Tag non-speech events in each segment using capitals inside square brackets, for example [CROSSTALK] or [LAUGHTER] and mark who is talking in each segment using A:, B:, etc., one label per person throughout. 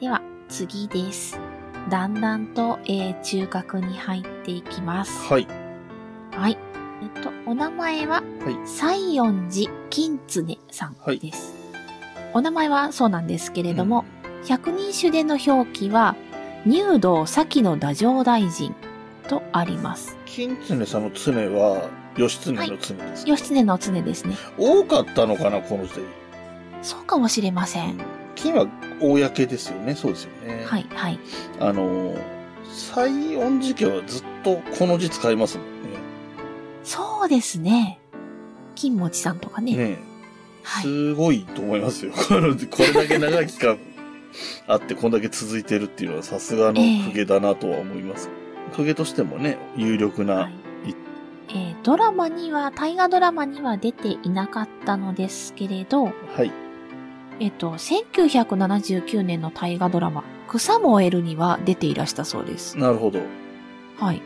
A: では次です。だんだんと、えー中核に入っていきます。
B: はい。
A: はい。えっと、お名前は、
B: はい
A: 西園寺金常さん
B: はい
A: です。お名前はそうなんですけれども、百人種での表記は、入道先の太政大臣とあります。
B: 金常さんの常は、義経の常ですか、
A: 義経の常ですね。
B: 多かったのかな、この時代。
A: そうかもしれません。
B: 金は公ですよね、そうですよね。
A: はい、はい。
B: あのー、西音寺家はずっとこの字使いますもんね。
A: そうですね。金持ちさんとかね。
B: ねえ
A: はい。
B: すごいと思いますよ。 [LAUGHS] このこれだけ長い期間あって、こんだけ続いてるっていうのはさすがの
A: ええ
B: 公家だなとは思います。公家としてもね、有力な、
A: はいえードラマには、大河ドラマには出ていなかったのですけれど、
B: はい。
A: えっと、1979年の大河ドラマ、草燃えるには出ていらしたそうです。
B: なるほど。
A: はい。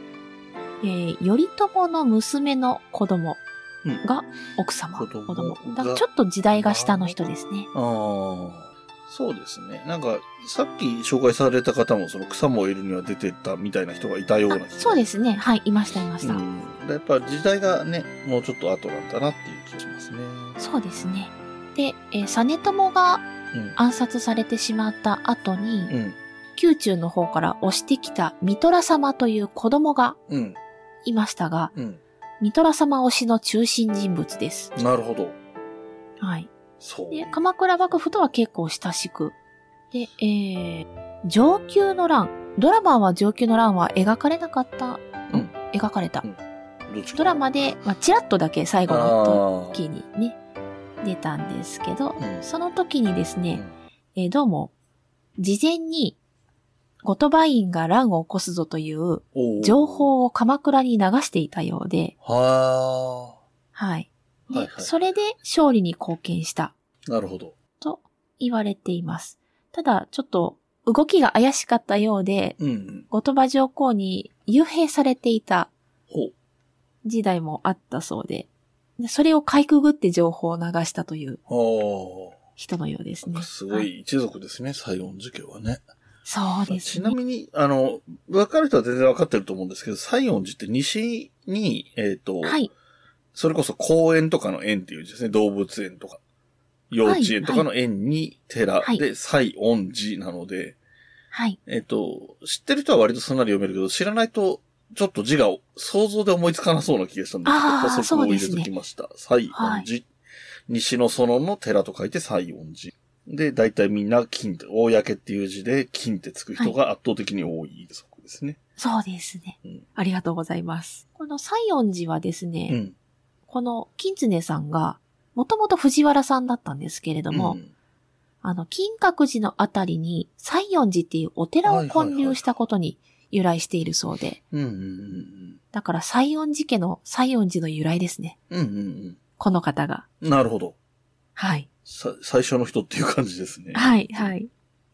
A: えー、頼朝の娘の子供
B: うん
A: が奥様。
B: 子供
A: 子供
B: が
A: だからちょっと時代が下の人ですね。
B: ああ。そうですね。なんか、さっき紹介された方も、その草もエルには出てたみたいな人がいたような。
A: あそうですすね。はい、いました、いました。
B: うん。でやっぱ時代がね、もうちょっと後なんだなっていう気がしますね。
A: そうですね。で、えー、実朝が暗殺されてしまった後に、
B: うん。うん。
A: 宮中の方から押してきた三虎様という子供が
B: うん。
A: いましたが、
B: うん。
A: 三虎様推しの中心人物です。
B: なるほど。
A: はい。
B: そう。
A: で、鎌倉幕府とは結構親しく。で、えー、上級の乱。ドラマは上級の乱は描かれなかった。
B: うん
A: 描かれた
B: うん。どっちか
A: ドラマで、まあ、チラッとだけ最後の
B: あー
A: 時にね、出たんですけど、
B: うん
A: その時にですね、えーどうも、事前に、後鳥羽院が乱を起こすぞという
B: おー
A: 情報を鎌倉に流していたようで、
B: は
A: はい。で、
B: はいはい
A: それで勝利に貢献した
B: あ。なるほど。
A: と言われています。ただ、ちょっと動きが怪しかったようで、
B: うん。
A: 後鳥羽上皇に幽閉されていた
B: ほう。
A: 時代もあったそうで、でそれをかいくぐって情報を流したという
B: は
A: 人のようですね。
B: あ。すご
A: はい。
B: い一族ですね、西園寺家はね。
A: そうです
B: ちな
A: ね。
B: みに、あの、分かる人は全然分かってると思うんですけど、西園寺って西に、えっ、と、
A: はい。
B: それこそ公園とかの園っていう字ですね、動物園とか、幼稚園とかの園に寺
A: はい
B: で西園寺なので、
A: はい。
B: えっ、と、知ってる人は割とすんなり読めるけど、知らないと、ちょっと字が想像で思いつかなそうな気がしたんで、ちょっと
A: あー
B: 補足を入れてきました。西
A: は
B: 音寺、西の園の寺と書いて西音寺。で、大体みんな金って、公っていう字で金ってつく人が圧倒的に多いそこですね。
A: そうですね
B: うん。
A: ありがとうございます。この西園寺はですね、
B: うん。
A: この金常さんが、もともと藤原さんだったんですけれども、
B: うん
A: あの、金閣寺のあたりに西園寺っていうお寺を建立したことに由来しているそうで、
B: うんうん
A: だから西園寺家の西園寺の由来ですね。
B: うんうん。うんうん
A: この方が。
B: うん。なるほど。
A: はい。
B: さ、最初の人っていう感じですね。
A: はい、はい。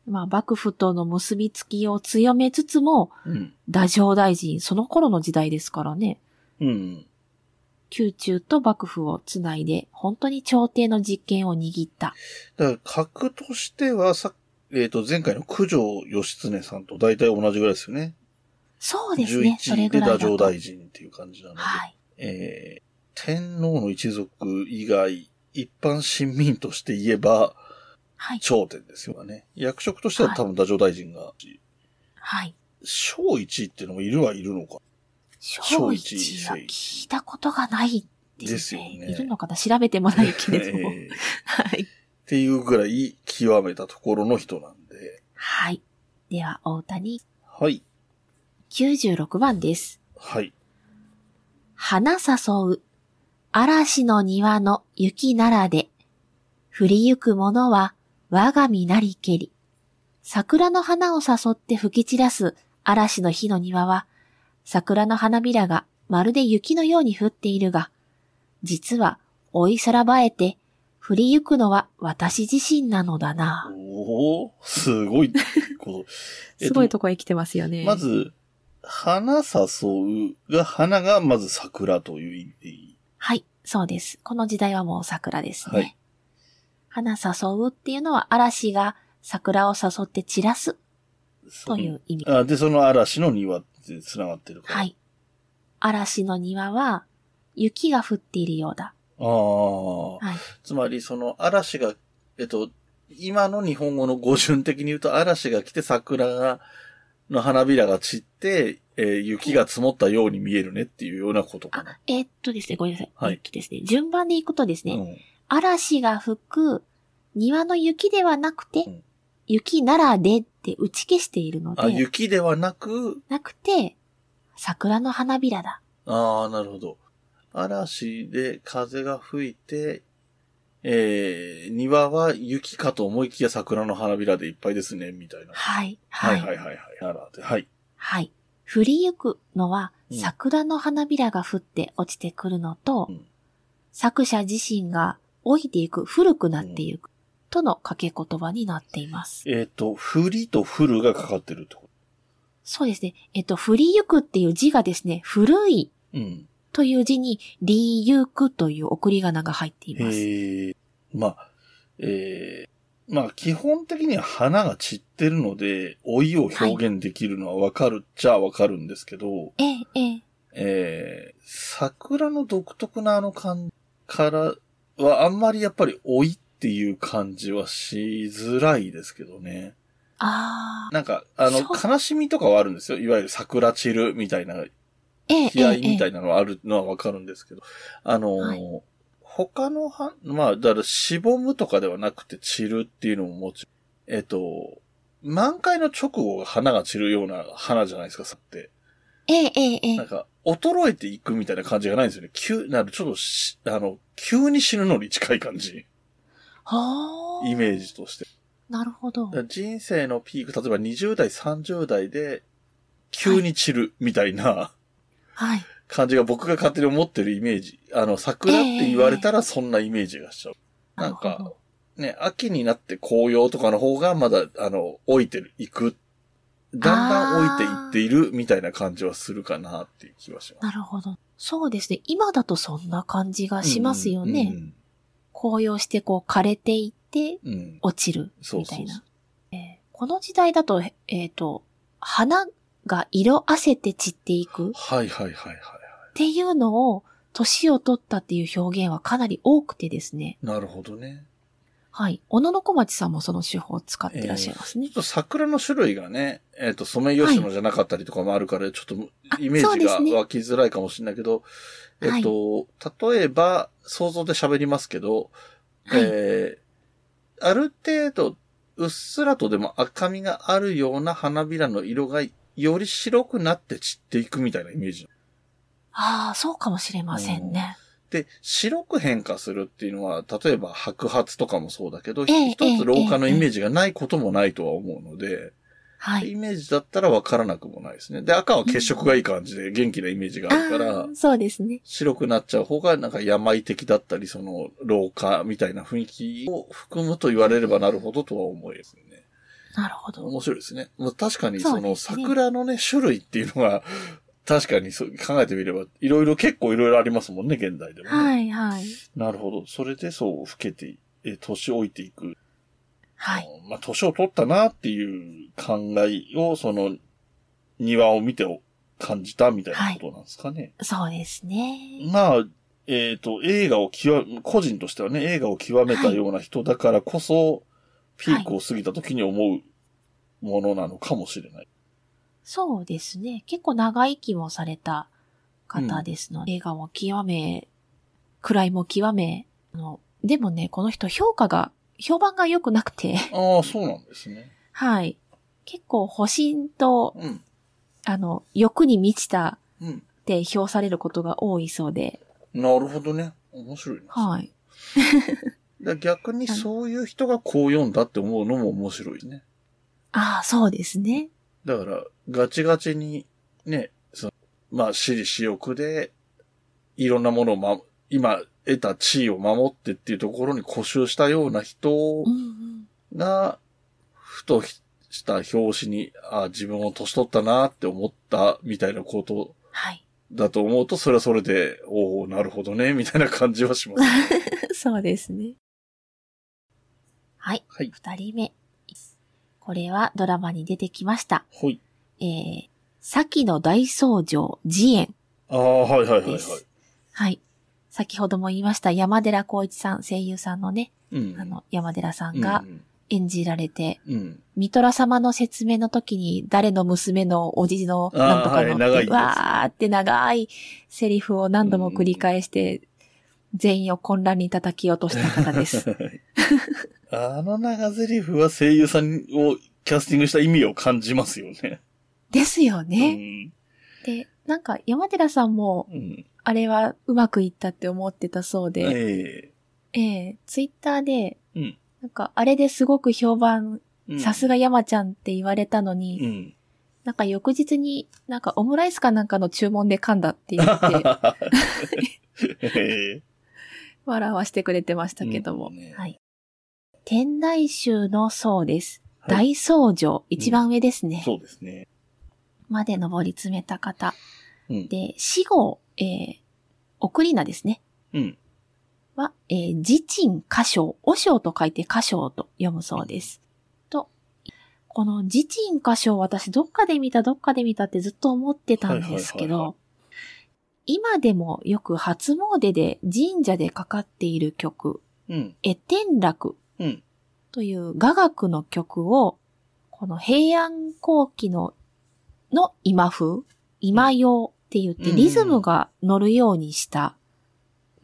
A: まあ、幕府との結びつきを強めつつも、
B: うん。
A: 太政大臣、その頃の時代ですからね、
B: うん。
A: 宮中と幕府をつないで、本当に朝廷の実権を握った。
B: だから、格としては、さ、えっ、と、前回の九条義経さんと大体同じぐらいですよね。
A: そうですね、そ
B: 11
A: れ
B: 位
A: ぐ
B: で
A: ら
B: 太
A: いだと。
B: 政大臣っていう感じなので、
A: はい。
B: えー天皇の一族以外、一般市民として言えば、
A: はい。
B: 頂点ですよね。役職としては多分太政大臣が、
A: はい。
B: 小一っていうのもいるはいるのか。
A: 小
B: 一
A: 一は聞いたことがないっていう
B: ですよね
A: いるのかな調べてもないけれども。
B: えーっ
A: はい。
B: ていうぐらい極めたところの人なんで。
A: [LAUGHS] はい。では、お歌に
B: はい。
A: 96番です。
B: はい。
A: 花誘う。嵐の庭の雪ならで。降りゆく者は我が身なりけり。桜の花を誘って吹き散らす嵐の日の庭は、桜の花びらがまるで雪のように降っているが、実は追いさらばえて、降りゆくのは私自身なのだな。
B: おおす
A: [LAUGHS]
B: ごいこと。えっ
A: とこへ来てますよね
B: ま、ず、花誘うが、花がまず桜という意味でいい。
A: はい、そうです。この時代はもう桜ですね。
B: はい
A: 花誘うっていうのは嵐が桜を誘って散らすという意味。
B: あで、その嵐の庭って繋がってるから。
A: は。い。嵐の庭は雪が降っているようだ。
B: ああ。
A: はい。
B: つまり、その嵐が、えっと、今の日本語の語順的に言うと、嵐が来て桜が、の花びらが散って、えー雪が積もったように見えるねっていうようなことかな。
A: あ、えーっとですね、ごめんなさい。
B: はい
A: えっとですね、順番でいくとですね、
B: うん
A: 嵐が吹く庭の雪ではなくて、
B: うん
A: 雪ならでって打ち消しているの
B: あ、
A: で、
B: 雪ではなく、
A: なくて、桜の花びらだ。
B: ああ、なるほど。嵐で風が吹いて、えー、庭は雪かと思いきや桜の花びらでいっぱいですね、みたいな。
A: はい。
B: は
A: はいい。
B: はいはいはい。なるほどはい。
A: はい。降りゆくのは、
B: うん
A: 桜の花びらが降って落ちてくるのと、
B: うん
A: 作者自身が老いていく、古くなっていく、との掛け言葉になっています。
B: えっ、と、降りと降るがかかってるってこ
A: そうですね。えっと、降りゆくっていう字がですね、古い
B: と。うん。
A: という字に、りゆくという送り仮名が入っています。
B: へえ。まあ、えー、まあ、基本的には花が散ってるので、老いを表現できるのはわかるっちゃわかるんですけど、
A: ええ、ええ、
B: えー、桜の独特なあの感からはあんまりやっぱり老いっていう感じはしづらいですけどね。
A: ああ、
B: なんか、あの、
A: そう
B: 悲しみとかはあるんですよ。いわゆる桜散るみたいな、
A: ええ、え
B: 悲哀
A: え
B: みた
A: ええ、
B: いなのはあるのはわかるんですけど、あのー
A: は
B: 他のは、まあ、だから、しぼむとかではなくて散るっていうのももちろん、えっと、満開の直後が花が散るような花じゃないですか、さって。
A: ええ、ええ、え
B: なん
A: え、
B: か、衰えていくみたいな感じがないんですよね。急、なる、ちょっとし、あの、急に死ぬのに近い感じ。
A: はあ
B: イメージとして。
A: なるほど
B: だか。ら人生のピーク、例えば20代、30代で、急に散るみたいな
A: はい。
B: 感じが僕が勝手に思ってるイメージ。あの、桜って言われたらそんなイメージがしちゃう。な
A: な
B: ん
A: るほ
B: か
A: ど、
B: ね、秋になって紅葉とかの方がまだ、あの、老いてる、いく。だんだん老いていっているみたいな感じはするかなっていう気はします。
A: なるほど。そうですね。今だとそんな感じがしますよね。
B: うん
A: 紅葉してこう枯れていって
B: うんうん
A: 落ちるみたいな。
B: そうそうそ
A: えーこの時代だと、えっ、と、花が色あせて散っていくっ
B: はいはいはいはい。
A: ていうのを、年を取ったっていう表現はかなり多くてですね。
B: なるほどね。
A: はい。小野小町さんもその手法を使ってらっしゃいますね
B: ちょ。っと桜の種類がね、えっ、と、ソメイヨシノじゃなかったりとかもあるから、ちょっと
A: あ
B: イメー
A: そう
B: ジ
A: です
B: が
A: ね
B: 湧きづらいかもしれないけど、えっ、
A: はい
B: と、例えば、想像で喋りますけど、
A: はい。
B: えー、ある程度、うっすらとでも赤みがあるような花びらの色が、より白くなって散っていくみたいなイメージ。
A: ああ、そうかもしれませんね。
B: で、白く変化するっていうのは、例えば白髪とかもそうだけど、
A: ええ
B: 一つ老化の
A: ええ
B: イメージがないこともないとは思うので、
A: はい。
B: イメージだったらわからなくもないですね。で、赤は血色がいい感じで元気なイメージがあるから
A: あー、そうですね。
B: 白くなっちゃう方がなんか病的だったり、その老化みたいな雰囲気を含むと言われればなるほどとは思いますね。
A: なるほど。
B: 面白いですね。もう確かに
A: そ
B: そう
A: で
B: の
A: すね
B: 桜のね、種類っていうのは、確かにそう考えてみれば、いろいろ結構いろいろありますもんね、現代でもね。
A: はい、はい。
B: なるほど。それでそう、老けて、え、年老いていく。
A: はい。
B: まあ、年を取ったなっていう考えを、その、庭を見て感じたみたいなことなんですかね。
A: そうですね。
B: まあ、えっ、と、映画を極め、個人としてはね、映画を極めたような人だからこそ、ピークを過ぎた時に思うものなのかもしれない。
A: そうですね。結構長生きもされた方ですので、映画も極め、位も極め、あの、でもね、この人評価が、評判が良くなく [LAUGHS] て、
B: ああ、そうなんですね。
A: はい。結構、保身と、
B: うん。
A: あの、欲に満ちた
B: うん。
A: って評されることが多いそうで、
B: なるほどね。面白いな。
A: はい。
B: だから逆にそういう人がこう読んだって思うのも面白いね。
A: ああ、そうですね。
B: だから、ガチガチに、ね、その、まあ、私利私欲で、いろんなものを、ま、今、得た地位を守ってっていうところに固執したような人
A: うんうん。
B: が、ふとひした表紙に、あ自分を年取ったなって思ったみたいなこと
A: はい。 [LAUGHS]
B: だと思うと、それはそれで、おおなるほどね、みたいな感じはします。
A: そうですね。はい。
B: はい。
A: 二人目。これはドラマに出てきました。
B: ほい。
A: えー、先の大僧正寺園
B: ああ、はいはいはいは
A: で
B: い。
A: す。はい。先ほども言いました山寺孝一さん、声優さんのね、
B: うん。
A: あの、山寺さ
B: うんん、
A: が演じられて、
B: うん、うん。
A: ミトラ様の説明の時に、誰の娘のおじの
B: あー
A: なんとかの
B: はい
A: って、
B: 長いです
A: わーって長いセリフを何度も繰り返して、全員を混乱に叩き落とした方
B: [LAUGHS]
A: です。
B: あの長台詞は声優さんをキャスティングした意味を感じますよね。
A: ですよね。
B: ね。
A: で、なんか山寺さんも、
B: うん。
A: あれはうまくいったって思ってたそうで、
B: え
A: ええツイッターで、
B: うん
A: なんかあれですごく評判、
B: え
A: さすが山ちゃんって言われたのに、
B: うん。
A: なんか翌日になんかオムライスかなんかの注文で噛んだって言って、
B: [LAUGHS] ええ
A: 笑わしてくれてましたけども。
B: うんね
A: はい。天台宗の僧です。
B: は
A: 大
B: い
A: 僧正、一番上ですね。
B: そうですね。
A: まで登り詰めた方。
B: うん。
A: で、死後、えー、送り名ですね。
B: うん。
A: は、えー、自鎮歌唱、和尚と書いて歌唱と読むそうです。と、この自鎮歌唱私どっかで見たどっかで見たってずっと思ってたんですけ
B: はいはいはいは
A: ど、今でもよく初詣で神社でかかっている曲、
B: うん。
A: 絵天楽
B: うん。
A: という雅楽の曲を、この平安後期の、の今風、今用って言って
B: うん
A: リズムが乗るようにした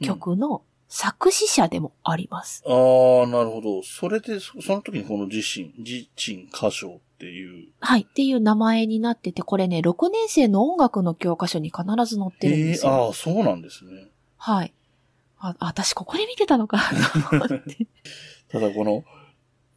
A: 曲の作詞者でもあります。
B: ああ、なるほど。それで、そその時にこの自身、自身歌唱っていう。
A: はい。っていう名前になってて、これね、6年生の音楽の教科書に必ず載ってるん
B: え
A: で
B: え
A: すよ。
B: ああ、そうなんですね。
A: はい。あ、あ私ここで見てたのか。 [LAUGHS] と思って
B: [LAUGHS] ただこの、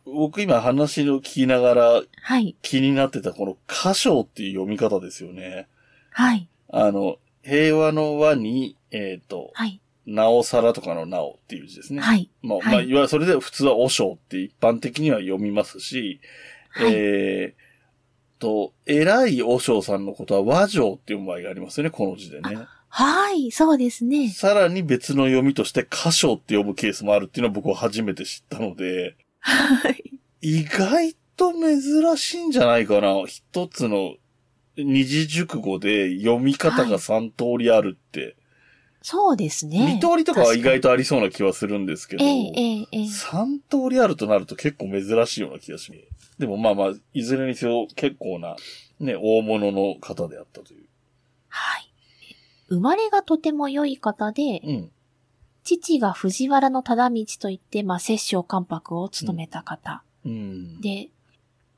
B: 僕今話を聞きながら
A: はい。
B: 気になってたこの歌唱っていう読み方ですよね。
A: はい。
B: あの、平和の和に、えっ、と、
A: はい。
B: なおさらとかのなおっていう字ですね。
A: はい。
B: まあ、
A: はい
B: まあ、いわゆるそれで普通はおしょうって一般的には読みますし、
A: はい。
B: えー、と、偉いおしょうさんのことは和上っていう場合がありますよね、この字でね。
A: はい。そうですね。
B: さらに別の読みとして歌唱って読むケースもあるっていうのは僕は初めて知ったので、
A: はい。
B: 意外と珍しいんじゃないかな。一つの二字熟語で読み方が三通りあるって。
A: そうですね。
B: 二通りとかは意外とありそうな気はするんですけど。
A: ええ、ええ、ええ。
B: 三通りあるとなると結構珍しいような気がします。でもまあまあ、いずれにせよ結構な、ね、大物の方であったという。
A: はい。生まれがとても良い方で、
B: うん。
A: 父が藤原の忠道といって、まあ、摂政関白を務めた方。
B: うん。
A: で、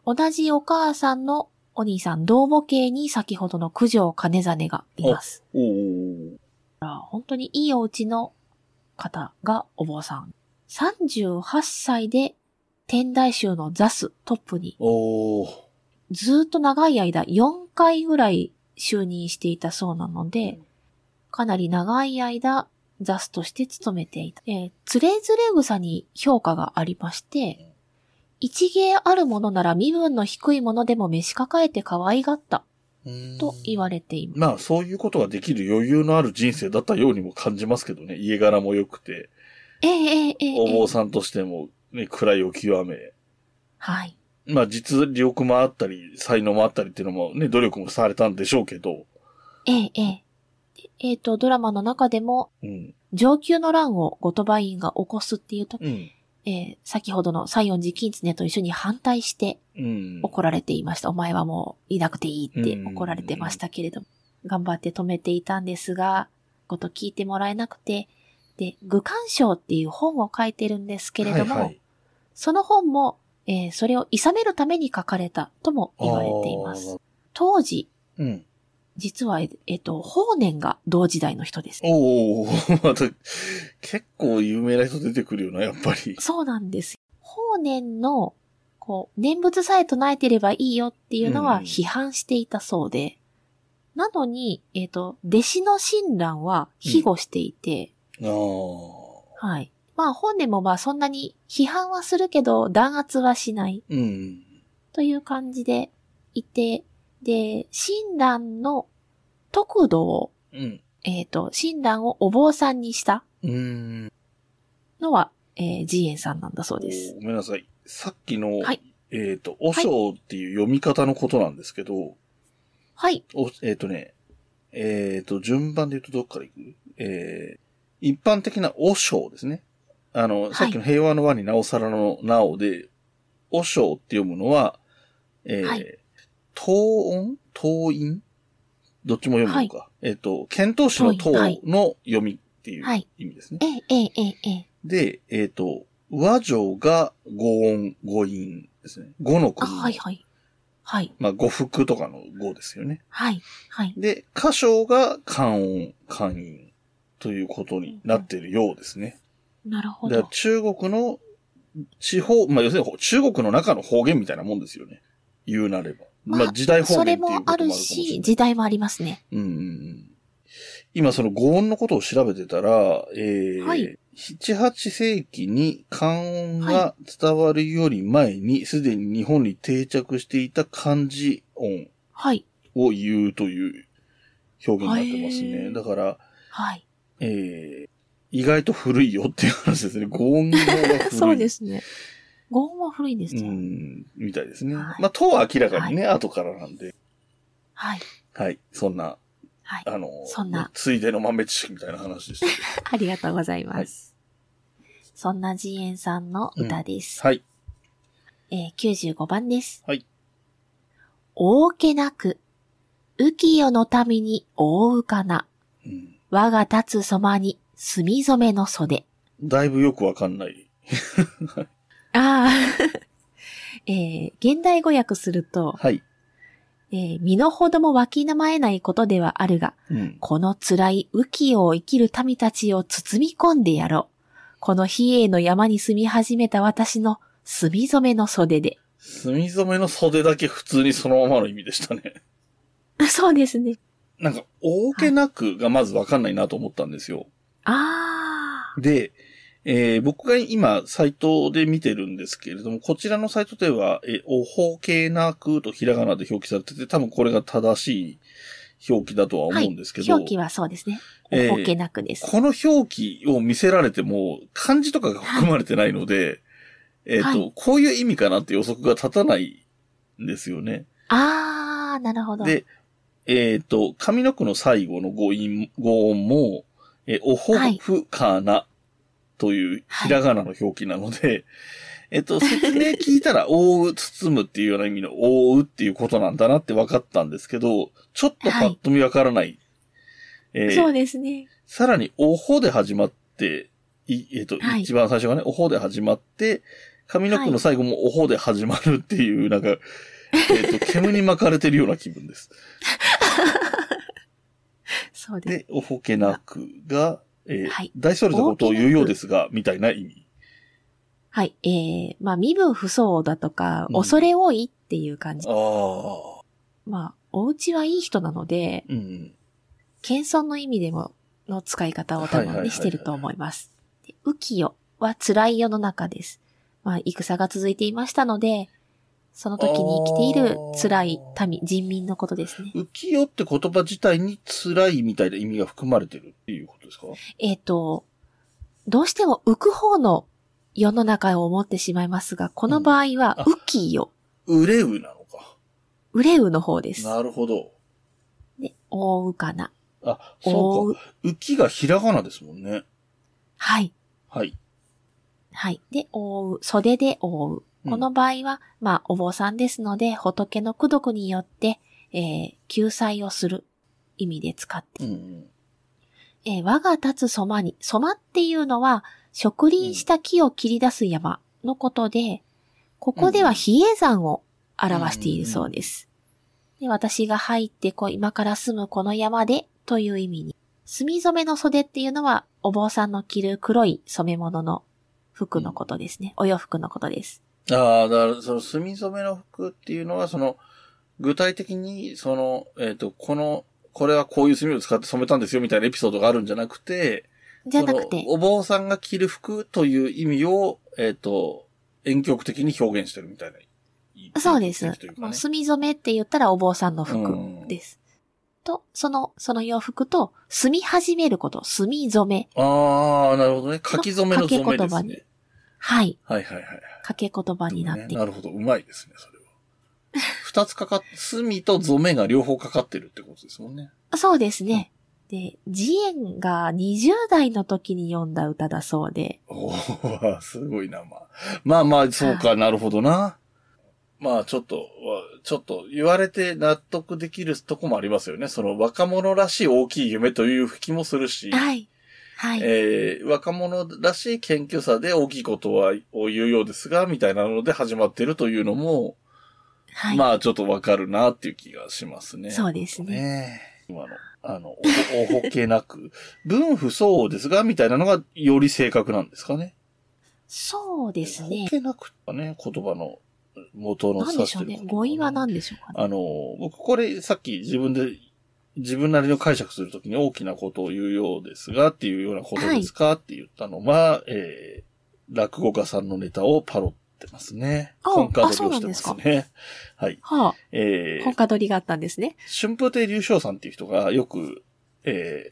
A: 同じお母さんのお兄さん、同母系に先ほどの九条兼実がいます。
B: おー
A: だから本当にいいお家の方がお坊さん。38歳で天台宗のザストップに、
B: おー
A: ずーっと長い間4回ぐらい就任していたそうなので、かなり長い間、ザスとして務めていた。えー、つれずれ草に評価がありまして、一芸あるものなら身分の低いものでも召し抱えて可愛がった
B: うん
A: と言われています。
B: まあ、そういうことができる余裕のある人生だったようにも感じますけどね。家柄も良くて、
A: ええええええ
B: お坊さんとしても、ね、位を極め、
A: はい。
B: まあ、実力もあったり、才能もあったりっていうのもね、努力もされたんでしょうけど、
A: ええええでえっ、と、ドラマの中でも、
B: うん。
A: 上級の乱を後鳥羽院が起こすっていうと、
B: うん。
A: えー先ほどの西園寺金常と一緒に反対して
B: うん。
A: 怒られていました。お前はもういなくていいって怒られてましたけれども、頑張って止めていたんですが、こと聞いてもらえなくて、で、愚感賞っていう本を書いてるんですけれども、
B: はいはい
A: その本も、えーそれを諌めるために書かれたとも言われていま
B: あ
A: す
B: ー。
A: 当時、
B: うん。
A: 実は、ええっと、法然が同時代の人です。
B: おお [LAUGHS] また、結構有名な人出てくるよな、やっぱり。
A: そうなんです。法然の、こう、念仏さえ唱えてればいいよっていうの
B: うん
A: は
B: うん
A: 批判していたそうで、なのに、えっ、と、弟子の親鸞は庇護していて、
B: ああ。
A: はい。まあ、本年もまあそんなに批判はするけど、弾圧はしない
B: うん。
A: という感じでいて、で、親鸞の得度を、
B: うん。
A: えっ、と、親鸞をお坊さんにした
B: うん。
A: のは、えー、ジエンさんなんだそうです。
B: ごめんなさい。さっきの、
A: はい
B: えっ、と、おしょうっていう読み方のことなんですけど、
A: はい。
B: おえっ、とね、えっ、と、順番で言うとどっから行くえー、一般的な和尚ですね。あの、
A: い
B: さっきの平和の和になおさらのなおで、和尚って読むのは、えー、
A: はい
B: 東音東音どっちも読むのか。えっ、と、遣唐使の
A: 東音
B: 東の読みっていう
A: はい
B: 意味ですね。
A: ええ、ええ、ええ。
B: で、えっ、と、和上が五音五音ですね。五の
A: あ、
B: 国。
A: はい、はい。はい、
B: まあ、五福とかの五ですよね。
A: はい、はい。
B: で、歌唱が関音、関音ということになっているようですね。
A: なるほ
B: だから
A: ど。
B: 中国の地方、まあ要するに中国の中の方言みたいなもんですよね。言うなれば。まあ時代方
A: そ
B: 言って
A: れ
B: いうことも
A: も
B: あるか
A: あ
B: も
A: る
B: しれ
A: し、
B: ない。
A: 時代もありますね。
B: うんうんうん、今その語音のことを調べてたら、えー
A: はい
B: 7、8世紀に漢音
A: は
B: が伝わるより前にすでに日本に定着していた漢字音
A: はい、
B: を言うという表現になってます
A: へ
B: ね。
A: ー
B: だから、
A: はい。
B: えー、意外と古いよっていう話で
A: [LAUGHS]
B: すね。語音が古い。。
A: [LAUGHS] そうですすね。語音は古いんです
B: う
A: ね。
B: ん、みたいですね。
A: はい
B: まあ、とは明らかにね、後からなんで。
A: はい、
B: はい。そんな、
A: はい。
B: あの、
A: そんな
B: ついでの豆知識みたいな話でしたけ
A: [LAUGHS] ありがとうございます。そんなジエンさんの歌です。
B: ど。はい。
A: えー、95番です。
B: はい。
A: 大けなく、浮世の民に覆うかな、
B: うん
A: 我が立つそまに墨染めの袖。
B: だいぶよくわかんない。
A: ああ。 [LAUGHS] えー現代語訳すると、
B: はい。
A: えー身の程もわきなまえないことではあるが、
B: うん。
A: この辛い浮世を生きる民たちを包み込んでやろう。この比叡の山に住み始めた私の墨染めの袖で。 [LAUGHS]
B: 墨染めの袖だけ普通にそのままの意味でしたね。
A: そうですね。
B: なんか、大けなくがまずわかんないなと思ったんですよ。
A: あ
B: で、えー僕が今、サイトで見てるんですけれども、こちらのサイトでは、えーおほけなくとひらがなで表記されてて、多分これが正しい表記だとは
A: あ。
B: 思うんですけど、
A: 表記はそうですね。
B: えー
A: おけなくです。
B: この表記を見せられても、漢字とかが含まれてないので、えっと、
A: は
B: こういう意味かなって予測が立たないんですよね。
A: ああ、なるほど。
B: で、えっ、と、上の句の最後の語音、語音も、えーおほふかなというひらがなの表記なので、 [LAUGHS] えっと、説明聞い
A: [LAUGHS]
B: たら、覆う、包むっていうような意味の覆うっていうことなんだなって分かったんですけど、ちょっとパッと見分からない。えー
A: そうですね。
B: さらに、おほで始まって、いえっ、と、
A: はい
B: 一番最初がね、おほで始まって、上の句の最後もおほで始まるっていう、なんか、え
A: [LAUGHS]
B: っと、煙に巻かれてるような気分です。
A: そうです。
B: で、おほけなくが、えー
A: はい
B: 大それたことを言うようですが、みたいな意味。
A: はい。えー、まあ、身分不相応だとか、
B: うん
A: 恐れ多いっていう感じ。
B: ああ。
A: まあ、お家はいい人なので、
B: うん。
A: 謙遜の意味でも、の使い方を多
B: はいはい
A: 分
B: はい
A: ね、してると思います。で浮世は辛い世の中です。まあ、戦が続いていましたので、その時に生きている辛い民、人民のことですね。
B: 浮世って言葉自体に辛いみたいな意味が含まれてるっていうことですか
A: えっ、と、どうしても浮く方の世の中を思ってしまいますが、この場合は
B: うんあ
A: 浮世、
B: うれうなのか。
A: 憂うの方です。
B: なるほど。
A: で、覆うかな。
B: あ、
A: 覆
B: そうう。か。浮きがひらがなですもんね。
A: はい。
B: はい。
A: はい。で、覆う。袖で覆う。
B: うん
A: この場合は、まあ、お坊さんですので、仏の功徳によって、えー救済をする意味で使って。
B: うんうん。
A: えー我が立つそまに、そまっていうのは、植林した木を切り出す山のことで、ここでは比叡山を表しているそうです。で私が入ってこう、今から住むこの山でという意味に。墨染めの袖っていうのは、お坊さんの着る黒い染め物の服のことですね。お洋服のことです。
B: ああ、だから、その、墨染めの服っていうのは、その、具体的に、その、えっ、と、この、これはこういう墨を使って染めたんですよみたいなエピソードがあるんじゃなくて、
A: じゃなくて
B: その、お坊さんが着る服という意味を、えっ、と、遠曲的に表現してるみたいな。
A: そうです。
B: 遠曲的というか
A: もう
B: ね
A: 墨染めって言ったらお坊さんの服です。と、その、その洋服と、墨始めること、墨染め。
B: ああ、なるほどね。書き初めの染め
A: の
B: で
A: 掛
B: す
A: け言
B: ね。
A: はい。
B: はいはいはい。
A: 掛け言葉になって
B: ねなるほど。うまいですね、それは。二つかかっ、隅とゾメが両方かかってるってことですもんね。
A: そうですね。で、ジエンが20代の時に読んだ歌だそうで、
B: おおすごいな、まあ。まあまあ、そうか、なるほどな。まあ、ちょっと、わちょっと言われて納得できるとこもありますよね。その若者らしい大きい夢という気もするし、
A: はい。はい。
B: えー若者らしい謙虚さで大きいことはを言うようですが、みたいなので始まってるというのも、
A: はい。
B: まあ、ちょっとわかるなっていう気がしますね。
A: そうですね。
B: ねえ。今の、あの、おおほけなく、分不相応ですが、みたいなのがより正確なんですかね。
A: そうですね
B: おほ。けなくとかね、言葉の元の
A: なんでしょうね。
B: 言葉
A: 語彙は何でしょうか
B: [LAUGHS]
A: ね。
B: あの、僕これさっき自分で、自分なりの解釈するときに大きなことを言うようですが、っていうようなことですか、って言ったのは、えー、落語家さんのネタをパロってますね。
A: あ
B: コンカド
A: あそう
B: を
A: な
B: し
A: ん
B: て
A: で
B: ます
A: か
B: すね。はい。
A: は
B: え
A: あ、
B: ー、
A: 本家取りがあったんですね。
B: 春風亭流昇さんっていう人がよく、えー、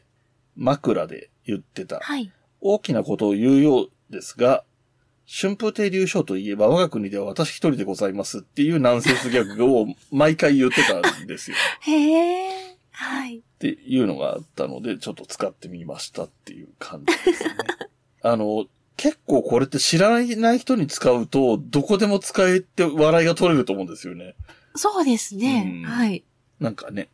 B: 枕で言ってた、
A: はい。
B: 大きなことを言うようですが、春風亭流昇といえば我が国では私一人でございますっていうナンセンスギャグを毎回言ってたんですよ。
A: へえ。はい。
B: っていうのがあったので、ちょっと使ってみましたっていう感じですね。 [LAUGHS] あの、結構これって知らない人に使うと、どこでも使えて笑いが取れると思うんですよね。
A: そうですね。
B: うん
A: はい。
B: なんかね、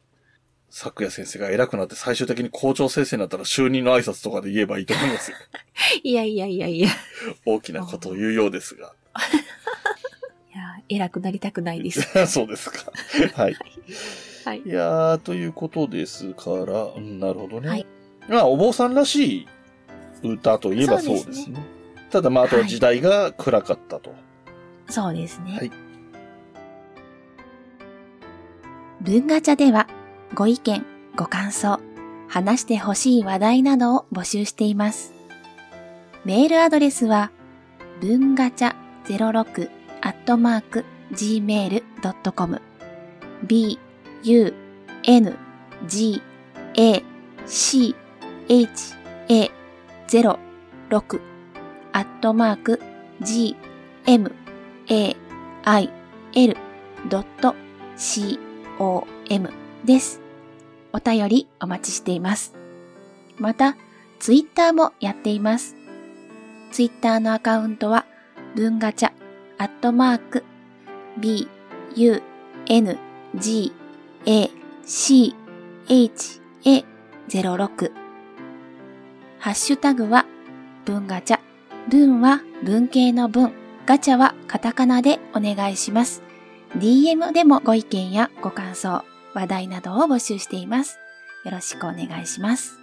B: 昨夜先生が偉くなって最終的に校長先生になったら就任の挨拶とかで言えばいいと思いますよ。
A: いやいやいやいや。い
B: 大きなことを言うようですが。
A: や、偉くなりたくない
B: [LAUGHS]
A: です。
B: そうで
A: [LAUGHS]
B: すか。はい。
A: はい
B: い。やー、ということですから、うんなるほどね。
A: はい
B: まあ、お坊さんらしい歌といえばそうですね。
A: そうです
B: ただ、まあ、あと
A: は
B: はい時代が暗かったと。
A: そうですね。
B: はい
A: 文ガチャでは、ご意見、ご感想、話してほしい話題などを募集しています。メールアドレスは、文ガチャ06アットマーク gmail.com b, u, n, g, a, c, h, a 06アットマーク g, m, a, i, l, c, o, m です。お便りお待ちしています。また、ツイッターもやっています。ツイッターのアカウントは、文ガチャ、アットマーク、b, u, n, g, a, c, h, a, 06。ハッシュタグは、文ガチャ。文は文系の文、ガチャはカタカナでお願いします。DM でもご意見やご感想、話題などを募集しています。よろしくお願いします。